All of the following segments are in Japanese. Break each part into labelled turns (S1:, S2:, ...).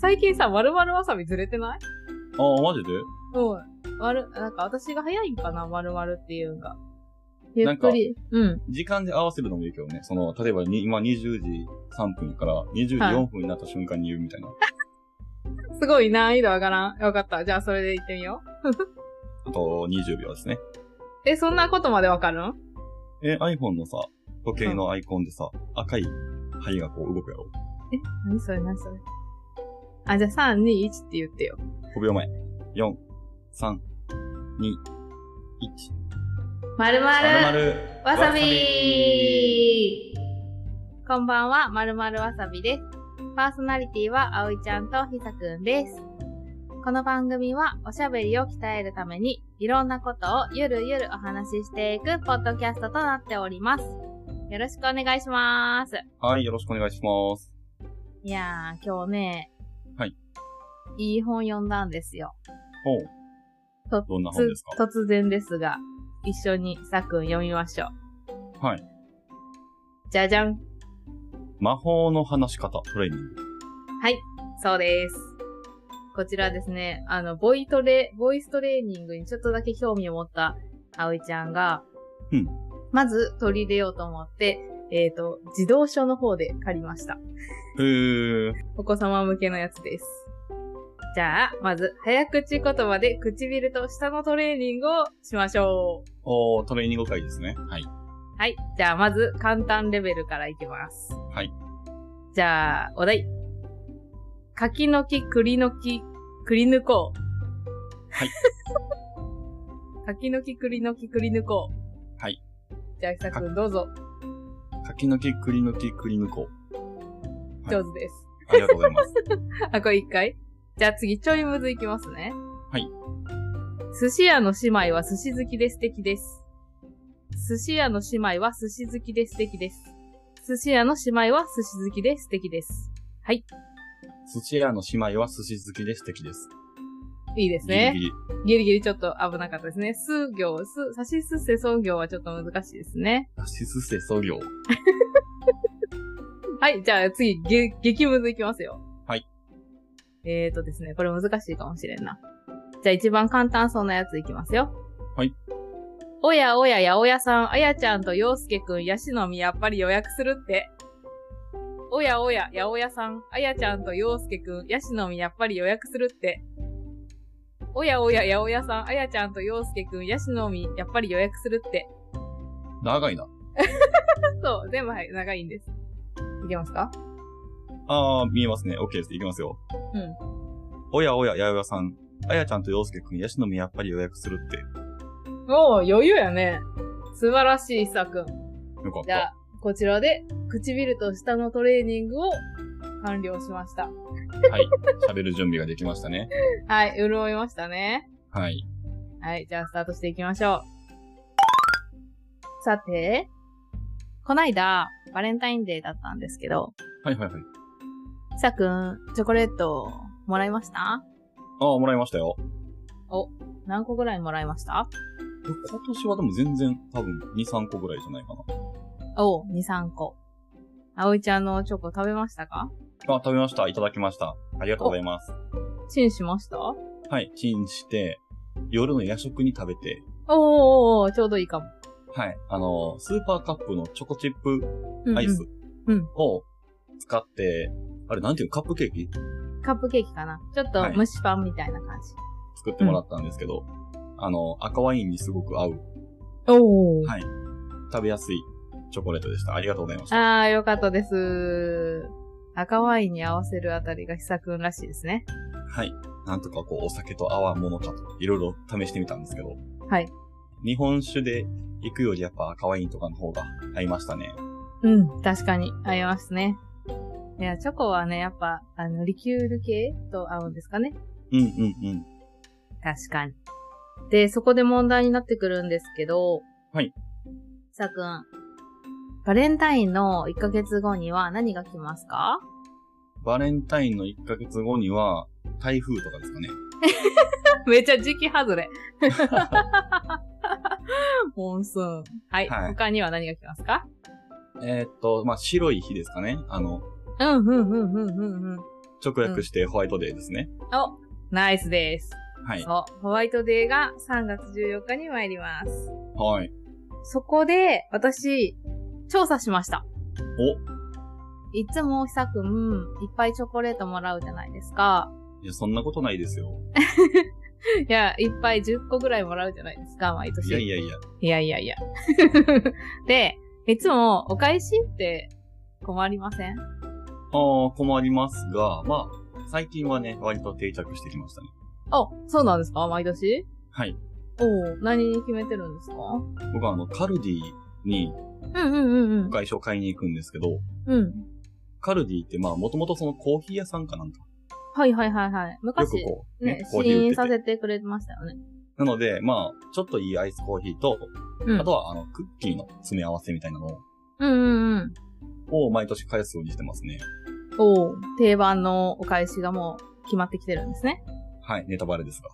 S1: 最近さ、丸々わさびずれてない
S2: ああ、マジで
S1: うん。丸、なんか私が早いんかな、丸々っていうのが。ゆっくり。うん。
S2: 時間で合わせるのもいいけどね。その、例えばに今20時3分から20時
S1: はい
S2: 4分になった瞬間に言うみたいな。
S1: すごい難易度上がらん。よかった。じゃあそれで行ってみよう。
S2: あと20秒ですね。
S1: え、そんなことまでわかるん
S2: え、iPhone のさ、時計のアイコンでさ、赤い針がこう動くやろ。
S1: え、何それ何それ。あ、じゃあ3、2、1って言ってよ。
S2: 5秒前。4、3、2、1。
S1: まるま
S2: ま
S1: る
S2: るま
S1: わさびこんばんは、まるまるわさびです。パーソナリティはあおいちゃんとひさくんです。この番組はおしゃべりを鍛えるためにいろんなことをゆるゆるお話ししていくポッドキャストとなっております。よろしくお願いします。
S2: はい、よろしくお願いします。
S1: いやー、今日ね、
S2: はい。
S1: いい本読んだんですよ。
S2: ほう。
S1: と
S2: どんな本ですか
S1: 突然ですが、一緒にひさくん読みましょう。
S2: はい。
S1: じゃじゃん。
S2: 魔法の話し方、トレーニング。
S1: はい、そうです。こちらですね、あの、ボイトレ、ボイストレーニングにちょっとだけ興味を持った葵ちゃんが、
S2: うん
S1: まず取り入れようと思って、えっ、と、児童書の方で借りました。
S2: へえー。
S1: お子様向けのやつです。じゃあ、まず、早口言葉で唇と舌のトレーニングをしましょう。
S2: おー、トレーニング会ですね。はい。
S1: はい。じゃあ、まず、簡単レベルからいきます。
S2: はい。
S1: じゃあ、お題。柿の木、栗の木、栗抜こう。
S2: はい。
S1: 柿の木、栗の木、栗抜こう。
S2: はい。
S1: じゃあ、ひさくんどうぞ。
S2: 柿の木、栗の木、栗抜こう。はい
S1: 上手です。
S2: ありがとうございます。
S1: あ、これ一回じゃあ次、ちょいむずいきますね。
S2: はい。
S1: 寿司屋の姉妹は寿司好きで素敵です。寿司屋の姉妹は寿司好きで素敵です。寿司屋の姉妹は寿司好きで素敵です。
S2: 寿司屋の姉妹は寿司好きで素敵です。
S1: いいです
S2: ギリ
S1: ね
S2: ギ。リ。
S1: ギリギリちょっと危なかったですね。数行、す、さしすせそ行はちょっと難しいですね。
S2: ナシスセソ業。
S1: はい、じゃあ次、げ、激ムズいきますよ。
S2: はい。
S1: えーとですね、これ難しいかもしれんな。じゃあ一番簡単そうなやついきますよ。
S2: はい。
S1: おやおややおやさん、あやちゃんとようすけくん、やしのみやっぱり予約するって。おやおややおやさん、あやちゃんとようすけくん、やしのみやっぱり予約するって。おやおややおやさん、あやちゃんとようすけくん、やしのみやっぱり予約するって。
S2: 長いな。
S1: そう、全部はい、長いんです。いけますか
S2: あー、見えますね。OK です。いきますよ。
S1: うん。
S2: おやおや、やおやさん。あやちゃんと洋介くん、ヤシの実やっぱり予約するって。
S1: もう余裕やね。素晴らしい、さくん。
S2: よかっ
S1: じゃ
S2: た。
S1: あ、こちらで、唇と舌のトレーニングを完了しました。
S2: はい。喋る準備ができましたね。
S1: はい、潤いましたね。
S2: はい。
S1: はい、じゃあスタートしていきましょう。さて、こないだ、バレンタインデーだったんですけど、
S2: はいはいはい。
S1: さくん、チョコレート、もらいました
S2: あー、もらいましたよ。
S1: 何個ぐらいもらいました
S2: 今年はでも全然多分2、3個ぐらいじゃないか
S1: おう、2、3個。あおいちゃんのチョコ食べましたか
S2: な。あ、食べました。いただきました。ありがとうございます。
S1: チンしました
S2: はい。チンして、夜の夜食に食べて、
S1: おーおーおーちょうどいいかも。
S2: はい。あのー、スーパーカップのチョコチップ
S1: うんうん
S2: アイス
S1: うん
S2: を使って、あれなんていうのカップケーキ
S1: カップケーキかな。ちょっ
S2: は
S1: と
S2: い
S1: 蒸しパンみたいな感じ。
S2: 作ってもらったんですけど、あの、赤ワインにすごく合う、
S1: おお
S2: はい食べやすいチョコレートでした。ありがとうございました。
S1: ああ、よかったです。赤ワインに合わせるあたりが久くんらしいですね。
S2: はい。なんとかこう、お酒と合わんものかと、いろいろ試してみたんですけど。
S1: はい。
S2: 日本酒で行くよりやっぱ赤ワインとかの方が合いましたね。
S1: うん。確かに合いますね。いや、チョコはね、やっぱ、あの、リキュール系と合うんですかね。
S2: うんうんうん。
S1: 確かに。で、そこで問題になってくるんですけど。
S2: はい。
S1: 久くん。バレンタインの1ヶ月後には何が来ますか
S2: バレンタインの1ヶ月後には、台風とかですかね。
S1: めっちゃ時期外 れ。モンスーン。はい。
S2: はい
S1: 他には何が来ますか
S2: えーっと、まあ、白い日ですかね。あの、
S1: うん、うん、うん、うん、うん、うん。
S2: 直訳してホワイトデーですね。
S1: お、ナイスです。
S2: はい。
S1: そう、ホワイトデーが3月14日に参ります。
S2: はい。
S1: そこで、私、調査しました。いつもひさくん、いっぱいチョコレートもらうじゃないですか。
S2: おいや、そんなことないですよ。
S1: いや、いっぱい10個ぐらいもらうじゃないですか、毎年。
S2: いやいやいや。
S1: いやいやい や。で、いつもお返しって困りません
S2: ああ、困りますが、まあ、最近はね、割と定着してきましたね。
S1: あ、そうなんですか毎年
S2: はい。
S1: おお何に決めてるんですかう
S2: 僕はあの、カルディに
S1: んうんうんうん
S2: お。返しを買いに行くんですけど、
S1: うん。
S2: カルディってまあ、もともとそのコーヒー屋さんかなんか。
S1: はいはいはいはい。
S2: よく
S1: 昔、
S2: こう、
S1: ね
S2: ね、、コ
S1: 試
S2: ーヒー売っ
S1: 飲
S2: て
S1: さ
S2: て。
S1: せてくれてましたよね。
S2: なので、まあ、ちょっといいアイスコーヒーと、
S1: うん。
S2: あとはあの、クッキーの詰め合わせみたいなの
S1: うんうんうん。
S2: を毎年返すようにしてますね。
S1: おお定番のお返しがもう決まってきてるんです ね。
S2: はい、ネタバレですが。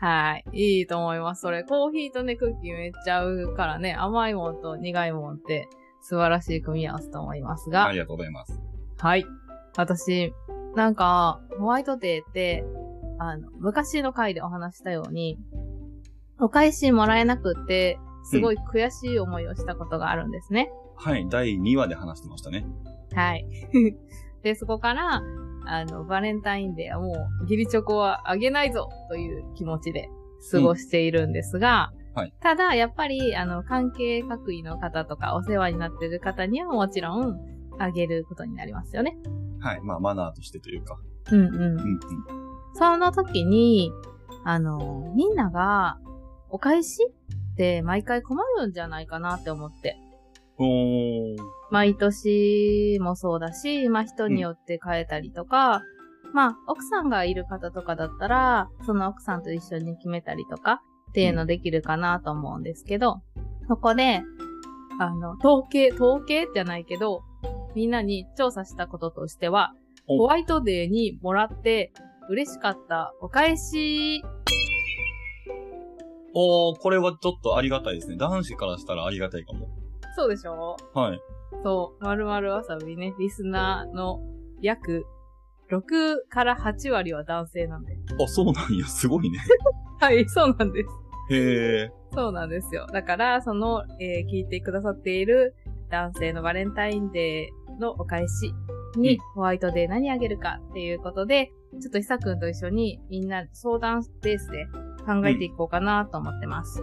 S1: はい。いいと思います。それ、コーヒーとね、クッキーめっちゃ合うからね、甘いもんと苦いもんって素晴らしい組み合わせと思いますが、
S2: あ
S1: はい。
S2: りがとうございます。
S1: 私、なんか、ホワイトデーって、あの、昔の回でお話したように、お返しもらえなくって、すごい悔しい思いをしたことがあるんですね。
S2: はい、第2話で話してましたね。
S1: はい。 で、そこから、あの、バレンタインデーはもう、義理チョコはあげないぞという気持ちで過ごしているんですが、
S2: うんはい
S1: ただ、やっぱり、あの、関係各位の方とか、お世話になっている方にはもちろん、あげることになりますよね。
S2: はい、まあ、マナーとしてというか。
S1: うんうん
S2: う。んうん。
S1: その時に、あの、みんなが、お返しって毎回困るんじゃないかなって思って。
S2: おー。
S1: 毎年もそうだし、まあ人によって変えたりとか、まあ奥さんがいる方とかだったら、その奥さんと一緒に決めたりとかっていうのできるかなと思うんですけど、そこで、あの、統計、統計じゃないけど、みんなに調査したこととしては、
S2: お
S1: ホワイトデーにもらって嬉しかったお返し、
S2: おー、これはちょっとありがたいですね。男子からしたらありがたいかも。
S1: そうでしょ
S2: はい。
S1: そう、まるまるわさびね、リスナーの約6から8割は男性なんで。
S2: あ、そうなんや。すごいね。
S1: はい、そうなんです。
S2: へえ。
S1: そうなんですよ。だから、その、えー聞いてくださっている男性のバレンタインデーのお返し
S2: う
S1: に
S2: ん、
S1: ホワイトデー何あげるかっていうことで、ちょっとひさくんと一緒にみんな相談ベースで考えていこうかなと思ってます。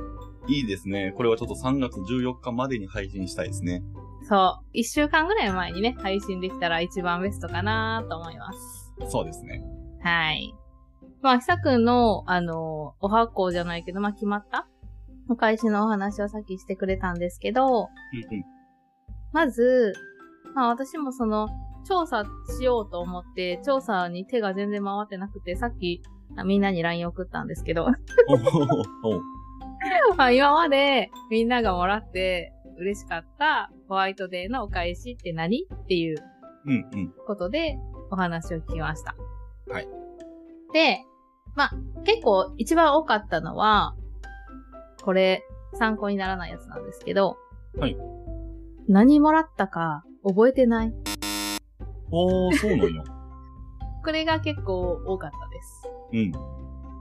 S2: いいですね。これはちょっと3月14日までに配信したいですね。
S1: そう。一週間ぐらい前にね、配信できたら一番ベストかなと思います。
S2: そうですね。
S1: はい。まあ、ひさくんの、あの、お発行じゃないけど、まあ、決まったお返しのお話をさっきしてくれたんですけど、
S2: うんうん。
S1: まず、まあ私もその、調査しようと思って、調査に手が全然回ってなくて、さっき、あみんなに LINE 送ったんですけど、
S2: おーおー
S1: まあ今までみんながもらって嬉しかったホワイトデーのお返しって何っていう
S2: うんうん。
S1: ことでお話を聞きました。
S2: はい。
S1: で、まあ結構一番多かったのは、これ参考にならないやつなんですけど、
S2: はい。
S1: 何もらったか覚えてない
S2: おー、そうなんや。
S1: これが結構多かったです。
S2: うん。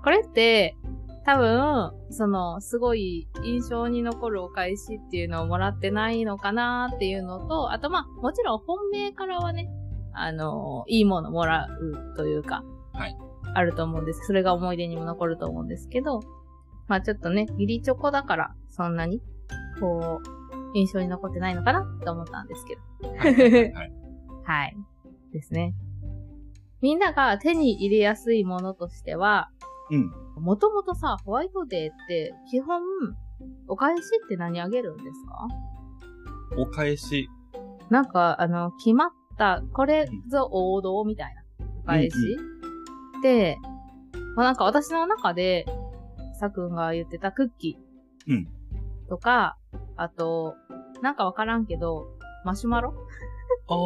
S1: これって、多分、その、すごい印象に残るお返しっていうのをもらってないのかなっていうのと、あとまあ、もちろん本命からはね、あの、いいものもらうというか、
S2: はい
S1: あると思うんです。それが思い出にも残ると思うんですけど、まあちょっとね、義理チョコだから、そんなに、こう、印象に残ってないのかなと思ったんですけど。
S2: はいはい はいはい。
S1: はい。ですね。みんなが手に入れやすいものとしては、
S2: うん。
S1: もともとさ、ホワイトデーって基本、お返しって何あげるんですか
S2: お返し。
S1: なんか、あの、決まった、これぞ王道みたいなお返し、で、まあ、なんか私の中で、さくんが言ってたクッキー。
S2: うん
S1: とか、あと、なんかわからんけど、マシュマロ
S2: あー、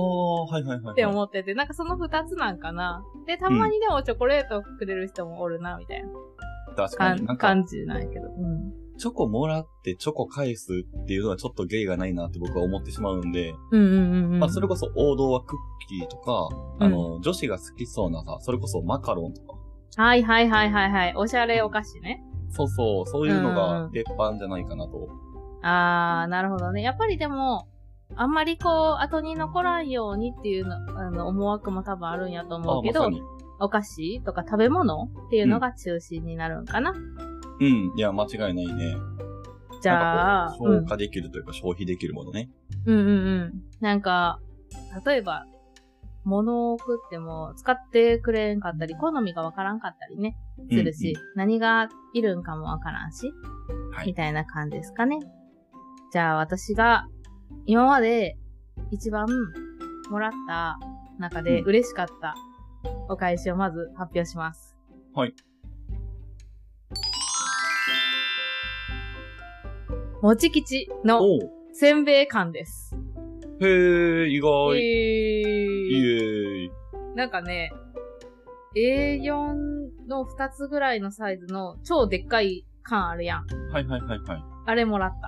S2: はいはいはいは
S1: っ
S2: い。
S1: て思ってて、なんかその二つなんかな。で、たまにでもチョコレートくれる人もおるな、みたいな
S2: 確か
S1: 感,、
S2: に。なんか、
S1: 感じなんやけど。うん。
S2: チョコもらってチョコ返すっていうのはちょっと芸がないなって僕は思ってしまうんで、
S1: うんうんうん。
S2: まあそれこそ王道はクッキーとか、あの、女子が好きそうなさ、それこそマカロンとか、
S1: はいはいはいはいはい。おしゃれお菓子ね。
S2: そうそう、そういうの
S1: うんう
S2: が
S1: ん
S2: 鉄板じゃないかなと。
S1: あー、なるほどね。やっぱりでも、あんまりこう、後に残らんようにっていうの、あの、思惑も多分あるんやと思
S2: あ
S1: う
S2: あ、
S1: け
S2: ま
S1: ど、
S2: さに。
S1: お菓子とか食べ物っていうのが中心になるんかな。
S2: うん、いや、間違いないね。
S1: じゃ
S2: な
S1: あ、
S2: んかこう
S1: うん
S2: 消化できるというか消費できるものね。
S1: うんうんうん。なんか、例えば、物を送っても使ってくれんかったり、好みがわからんかったりね、するし、何がいるんかもわからんし、
S2: はい
S1: みたいな感じですかね。じゃあ私が、今まで一番もらった中で
S2: うん
S1: 嬉しかったお返しをまず発表します。
S2: はい。
S1: もち吉の
S2: おう
S1: せんべい缶です。
S2: へえ、意外。イエ
S1: えー
S2: ーイ。
S1: なんかね、A4 の2つぐらいのサイズの超でっかい缶あるやん。
S2: はいはいはいはい。
S1: あれもらっ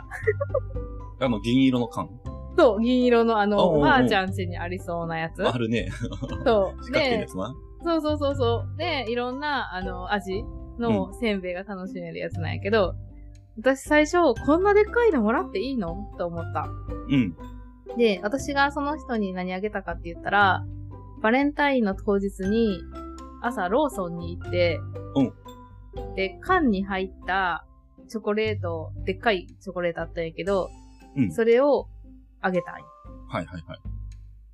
S1: た。
S2: あの、銀色の缶。
S1: そう、銀色のあの、
S2: おうおうおう
S1: おばあちゃん家にありそうなやつ。
S2: あるね。
S1: そ
S2: 四
S1: う。
S2: 角いで
S1: で、
S2: すな。
S1: そうそうそうそう。で、いろんな、あの、味のせんべいが楽しめるやつなんやけど、私最初、こんなでっかいのもらっていいのと思った。
S2: うん。
S1: で、私がその人に何あげたかって言ったら、バレンタインの当日に、朝ローソンに行って、で、缶に入ったチョコレート、でっかいチョコレートあったんやけど、
S2: うん。
S1: それをあげたい。
S2: はいはいはい。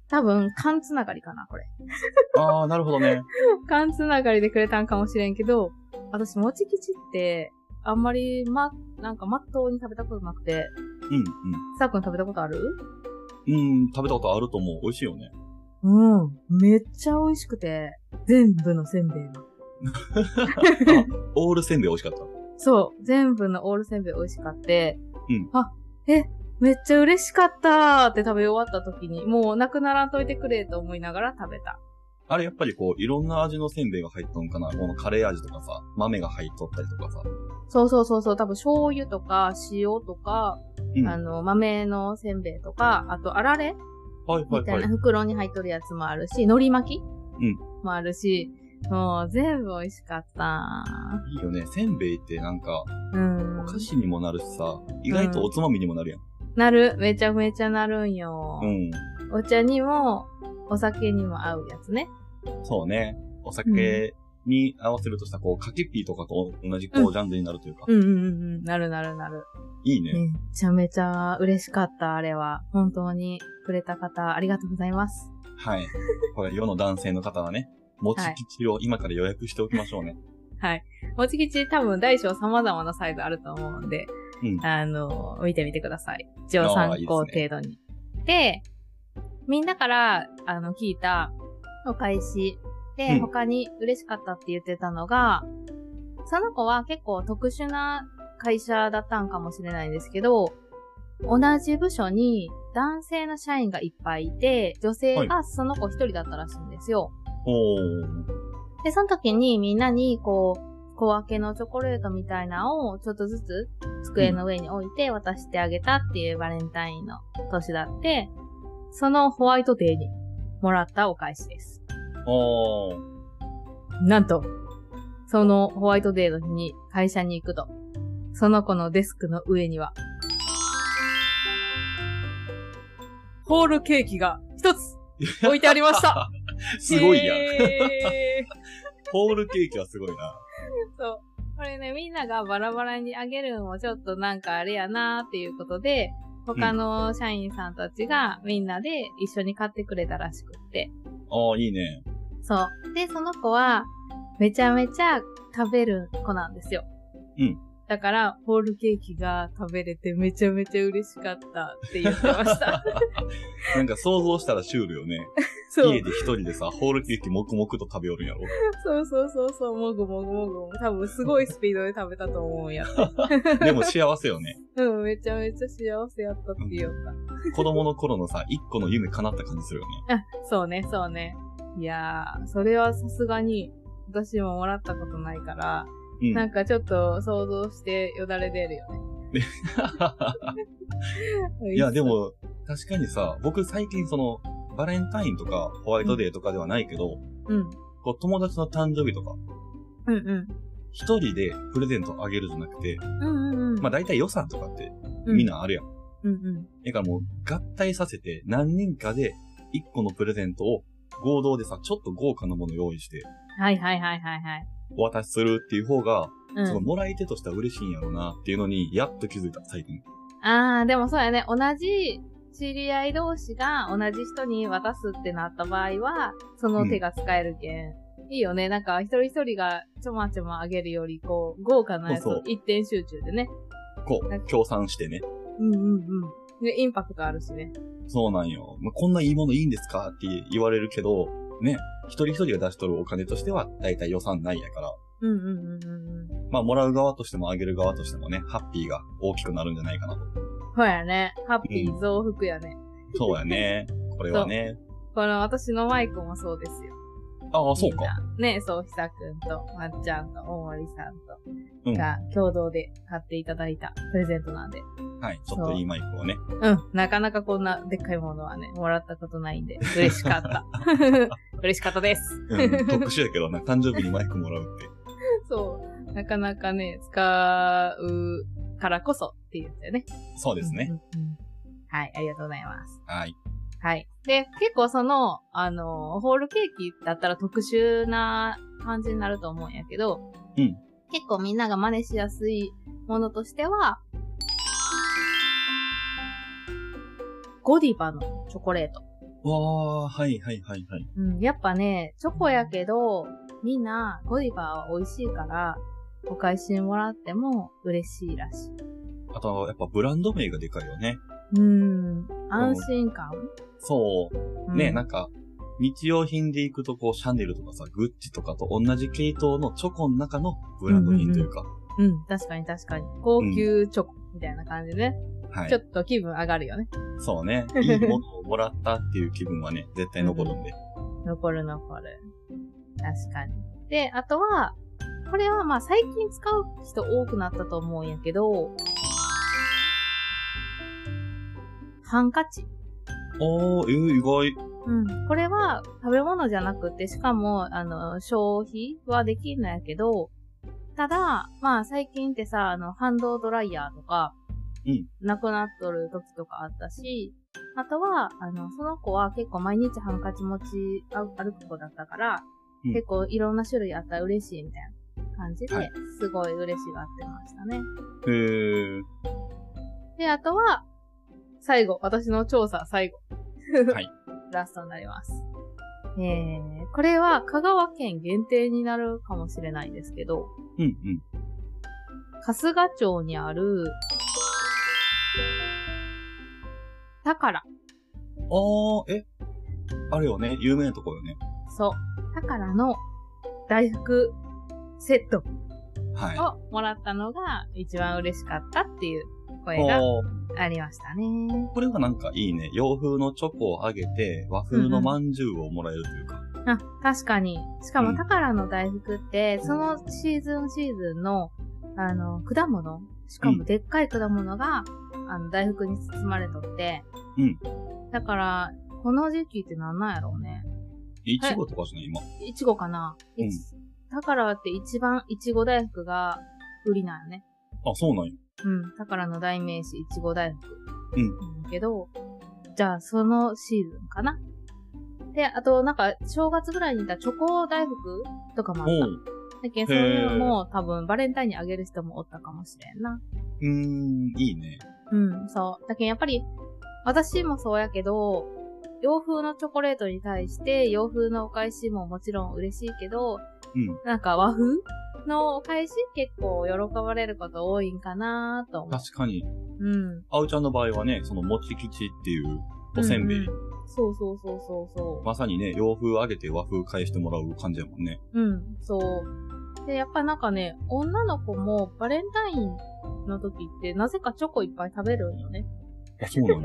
S1: 多分、缶つながりかな、これ。
S2: ああ、なるほどね。
S1: 缶つながりでくれたんかもしれんけど、私、もち吉って、あんまり、ま、なんか、まっとうに食べたことなくて、
S2: うん
S1: さっくん食べたことある
S2: うん。うん、食べたことあると思う。美味しいよね。
S1: うん。めっちゃ美味しくて、全部のせんべいが。
S2: オールせんべい美味しかった。
S1: そう。全部のオールせんべい美味しかって。
S2: うん
S1: あ、え、めっちゃ嬉しかったーって食べ終わった時に、もうなくならんといてくれと思いながら食べた。
S2: あれやっぱりこう、いろんな味のせんべいが入ったのかな。このカレー味とかさ、豆が入っとったりとかさ。
S1: そうそうそうそう。多分醤油とか塩とか、
S2: うん。
S1: あ
S2: はい
S1: の、豆のせんべいとか、あとあられ
S2: はい
S1: みたい
S2: は。
S1: ない袋に入っとるやつもあるし、海苔巻き
S2: うん
S1: もあるし、もう全部美味しかった
S2: いいよね。せんべいってなんか、
S1: ー。うん。
S2: お菓子にもなるしさ、意外とおつまみにもなるやん。
S1: なる。めちゃめちゃなるんよ。
S2: うん。
S1: お茶にも、お酒にも合うやつね。
S2: そうね。お酒に合わせるとしたら、こう、かけピーとかと同じこ
S1: う
S2: う、ジャンルになるというか。
S1: うんうんうんうん。なるなるなる。
S2: いいね。
S1: めちゃめちゃ嬉しかった、あれは。本当にくれた方、ありがとうございます。
S2: はい。これ、世の男性の方はね、もち吉を今から予約しておきましょうね。
S1: はい。もちきち多分大小様々なサイズあると思うんで、
S2: うん。
S1: あの、見てみてください。一応
S2: あ
S1: 参
S2: ーいい
S1: 考
S2: です
S1: 程度に。で、みんなから、あの、聞いたお返しで、
S2: うん
S1: 他に嬉しかったって言ってたのが、その子は結構特殊な会社だったんかもしれないんですけど、同じ部署に男性の社員がいっぱいいて、女性がその子一人だったらしいんですよ。
S2: おー。
S1: で、その時にみんなに、こう、小分けのチョコレートみたいなのをちょっとずつ机の上に置いて渡してあげたっていうバレンタインの年だって、そのホワイトデーにもらったお返しです。
S2: おー。
S1: なんと、そのホワイトデーの日に会社に行くと、その子のデスクの上には、ホールケーキが一つ置いてありました
S2: すごいやん。
S1: ん。
S2: ホールケーキはすごいな。
S1: そう。これね、みんながバラバラにあげるのもちょっとなんかあれやなーっていうことで、他の社員さんたちがみんなで一緒に買ってくれたらしくって。
S2: あー、いいね。
S1: そう。で、その子は、めちゃめちゃ食べる子なんですよ。
S2: うん。
S1: だから、ホールケーキが食べれてめちゃめちゃ嬉しかったって言ってま した。
S2: なんか想像したらシュールよね。
S1: そう
S2: 家。で一人でさ、ホールケーキ黙々と食べよるんやろ。
S1: そうそうそうそう、もぐもぐもぐもぐ。多分すごいスピードで食べたと思うんや。
S2: でも幸せよね。
S1: うん、めちゃめちゃ幸せやったって言おうか。
S2: 子供の頃のさ、一個の夢叶った感じするよね。
S1: あ、そうね、そうね。いやー、それはさすがに、私ももらったことないから、
S2: うん。
S1: なんかちょっと想像してよだれ出るよね。
S2: いや、でも、確かにさ、僕最近その、バレンタインとかホワイトデーとかではないけど、
S1: うん。
S2: こう友達の誕生日とか、
S1: うんうん。
S2: 一人でプレゼントあげるじゃなくて、
S1: うんうんうん。
S2: まあ大体予算とかって
S1: うん
S2: みん。なあるやん。
S1: うんうん。
S2: だからもう合体させて何人かで一個のプレゼントを合同でさ、ちょっと豪華なもの用意して
S1: はいはいはいはいはい。
S2: お渡しするっていう方が、
S1: うん、
S2: そのもらい手としては嬉しいんやろうなっていうのに、やっと気づいた、最近。
S1: ああ、でもそうやね。同じ知り合い同士が同じ人に渡すってなった場合は、その手が使えるけん。いいよね。なんか、一人一人がちょまちょまあげるより、こう、豪華なやつ
S2: そうそ
S1: を
S2: う
S1: 一点集中でね。
S2: こ
S1: なん
S2: う、協賛してね。
S1: うんうんうん。で、インパクトあるしね。
S2: そうなんよ。まあ、こんないいものいいんですかって言われるけど、ね、一人一人が出しとるお金としては、だいたい予算ないやから、
S1: うんうんうんうんうん。
S2: まあ、もらう側としてもあげる側としてもね、ハッピーが大きくなるんじゃないかなと。
S1: そうやね。ハッピー増幅やね。
S2: そう やね。これはね。
S1: この私のマイクもそうですよ。
S2: ああ、そうか。
S1: みんな。ね、そう、ひさくんと、まっちゃんと、大森さんと、
S2: うん
S1: が共同で買っていただいたプレゼントなんで。
S2: はい。ちょっといいマイク をね。
S1: うん。なかなかこんなでっかいものはね、もらったことないんで、嬉しか った。嬉しかったです。
S2: うん、特殊やけどな、誕生日にマイクもらうって。
S1: そう。なかなかね、使うからこそっていうんだよね。
S2: そうですね。
S1: うんうんうん。はい、ありがとうございます。
S2: はい。
S1: はい。で、結構その、あの、ホールケーキだったら特殊な感じになると思うんやけど、
S2: うん
S1: 結構みんなが真似しやすいものとしては、ゴディバのチョコレート。
S2: わー、はいはいはいはい。
S1: うん、やっぱね、チョコやけど、みんなゴディバは美味しいから、お返しにもらっても嬉しいらしい。
S2: あとは、やっぱブランド名がでかいよね。
S1: うん、安心感。
S2: そう。
S1: うん
S2: ね、なんか、日用品で行くとこう、シャネルとかさ、グッチとかと同じ系統のチョコの中のブランド品というか、
S1: うん、確かに確かに。高級チョコみたいな感じでね。
S2: はい
S1: ちょ。っと気分上がるよね。
S2: そう ね。いいものをもらったっていう気分はね、絶対残 るんで。
S1: 残る残る。確かに。で、あとは、これはまあ最近使う人多くなったと思うんやけど、ハンカチ。
S2: おー、えー、意外。
S1: うん。これは食べ物じゃなくて、しかも、あの、消費はできんのやけど、ただ、まあ最近ってさ、あの、ハンドドライヤーとか、
S2: うん
S1: なくなっとる時とかあったし、あとは、あの、その子は結構毎日ハンカチ持ちあ歩く子だったから、
S2: うん
S1: 結構いろんな種類あったら嬉しいみたいな感じで、
S2: はい
S1: すごい嬉しがってましたね。
S2: えー、
S1: で、あとは、最後、私の調査最後。
S2: はい。
S1: ラストになります。えー、これは香川県限定になるかもしれないんですけど、
S2: うんうん。
S1: 春日町にある、宝。
S2: あー、え、あれよね、有名なとこよね。
S1: そう。宝の大福セット
S2: はい。
S1: をもらったのが一番嬉しかったっていう声が
S2: おー
S1: ありましたね。
S2: これはなんかいいね。洋風のチョコをあげて、和風の饅頭をもらえるというか。
S1: あ、確かに。しか
S2: う
S1: も、
S2: ん
S1: 宝の大福って、そのシーズンシーズンの、あの、果物、しか
S2: う
S1: も
S2: ん
S1: でっかい果物が、あの、大福に包まれとって、
S2: うん。
S1: だから、この時期ってなんなんやろうね。
S2: いちごとかじゃない今。
S1: いちごかな、
S2: うん
S1: いち宝って一番いちご大福が売りなんよね。
S2: あ、そうなんや。
S1: うん。宝の代名詞、いちご大福。
S2: うん
S1: だけど、じゃあ、そのシーズンかな。で、あと、なんか、正月ぐらいにいたチョコ大福とかもあ
S2: お
S1: った。
S2: う。
S1: だけどそういうのも、多分、バレンタインにあげる人もおったかもしれんな。
S2: うーん、いいね。
S1: うん、そう。だけど、やっぱり、私もそうやけど、洋風のチョコレートに対して、洋風のお返しももちろん嬉しいけど、
S2: うん。
S1: なんか和風のお返し結構喜ばれること多いんかなと思
S2: 確かに。
S1: う。うん。
S2: あうちゃんの場合はね、そのもち吉っていうおせんべい、
S1: ううそうそうそうそうそう。
S2: まさにね、洋風あげて和風返してもらう感じやもんね。
S1: うん、そう。で、やっぱなんかね、女の子もバレンタインの時ってなぜかチョコいっぱい食べるんよね。
S2: あ、そうなの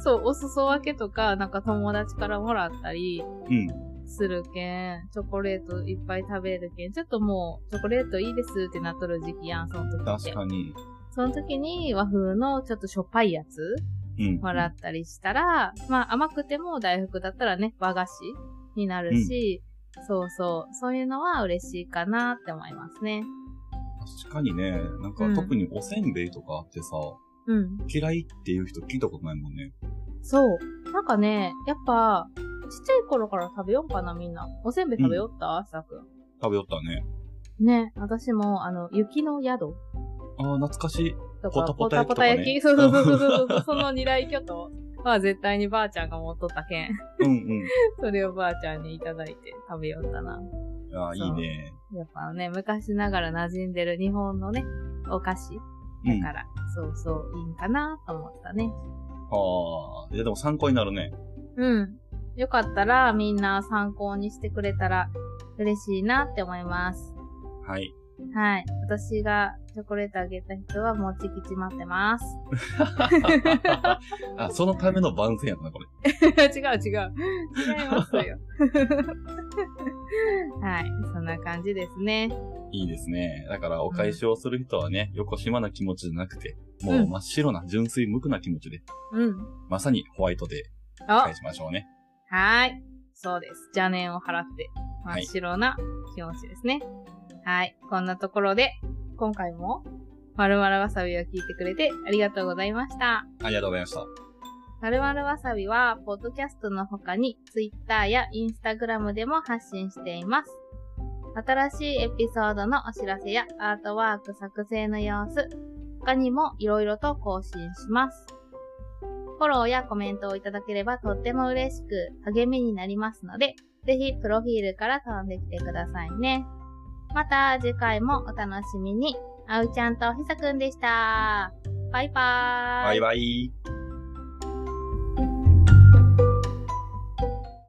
S1: そう、お裾分けとか、なんか友達からもらったり、
S2: うん。
S1: するけん、チョコレートいっぱい食べるけん、ちょっともう、チョコレートいいですってなっとる時期やん、その時っ
S2: 確
S1: て。
S2: かに。
S1: その時に和風のちょっとしょっぱいやつ
S2: うん。
S1: もらったりしたら、まあ甘くても大福だったらね、和菓子になるし、そうそう、そういうのは嬉しいかなって思いますね。
S2: 確かにね、なんか
S1: うん
S2: 特におせんべいとかあってさ、
S1: うん。
S2: 嫌いっていう人聞いたことないもんね。
S1: そう。なんかね、やっぱ、ちっちゃい頃から食べようかな、みんな。おせんべい食べよった、あさくん。
S2: 食べよったね。
S1: ね、私も、あの、雪の宿
S2: ああ、懐かしい。
S1: と
S2: ポ
S1: か、
S2: タポタ
S1: タ
S2: 焼き
S1: ポ
S2: と
S1: タ焼き、そうそ
S2: かね
S1: うそうそうそうそう、その二大巨頭は絶対にばあちゃんが持っとったけん。
S2: うんうん。
S1: それをばあちゃんにいただいて食べよったな。
S2: ああ、いいね。
S1: やっぱね、昔ながら馴染んでる日本のね、お菓子
S2: うん。
S1: か
S2: あ
S1: ら、そうそう、いいんかなと思ったね。
S2: あ、いやでも参考になるね。
S1: うん。よかったら、みんな参考にしてくれたら嬉しいなって思います。
S2: はい。
S1: はい。私がチョコレートあげた人はもうちきち待ってます。
S2: あ、そのための番宣やったな、これ。
S1: 違う違う。違いますよ。 はい。そんな感じですね。
S2: いいですね。だから、お返しをする人はね、横島な気持ちじゃなくて、もううん真っ白な純粋無垢な気持ちで、
S1: うん。
S2: まさにホワイトで
S1: あ
S2: 返しましょうね。
S1: はい。そうです。邪念を払って、真っ白な気持ちですね。はい。こんなところで、今回も、まるまるわさびを聞いてくれてありがとうございました。
S2: ありがとうございました。
S1: まるまるわさびは、ポッドキャストの他に、ツイッターやインスタグラムでも発信しています。新しいエピソードのお知らせやアートワーク作成の様子、他にもいろいろと更新します。フォローやコメントをいただければとっても嬉しく励みになりますので、ぜひプロフィールから飛んできてくださいね。また次回もお楽しみに。あうちゃんとひさくんでした。バイバーイ。
S2: バイバイ。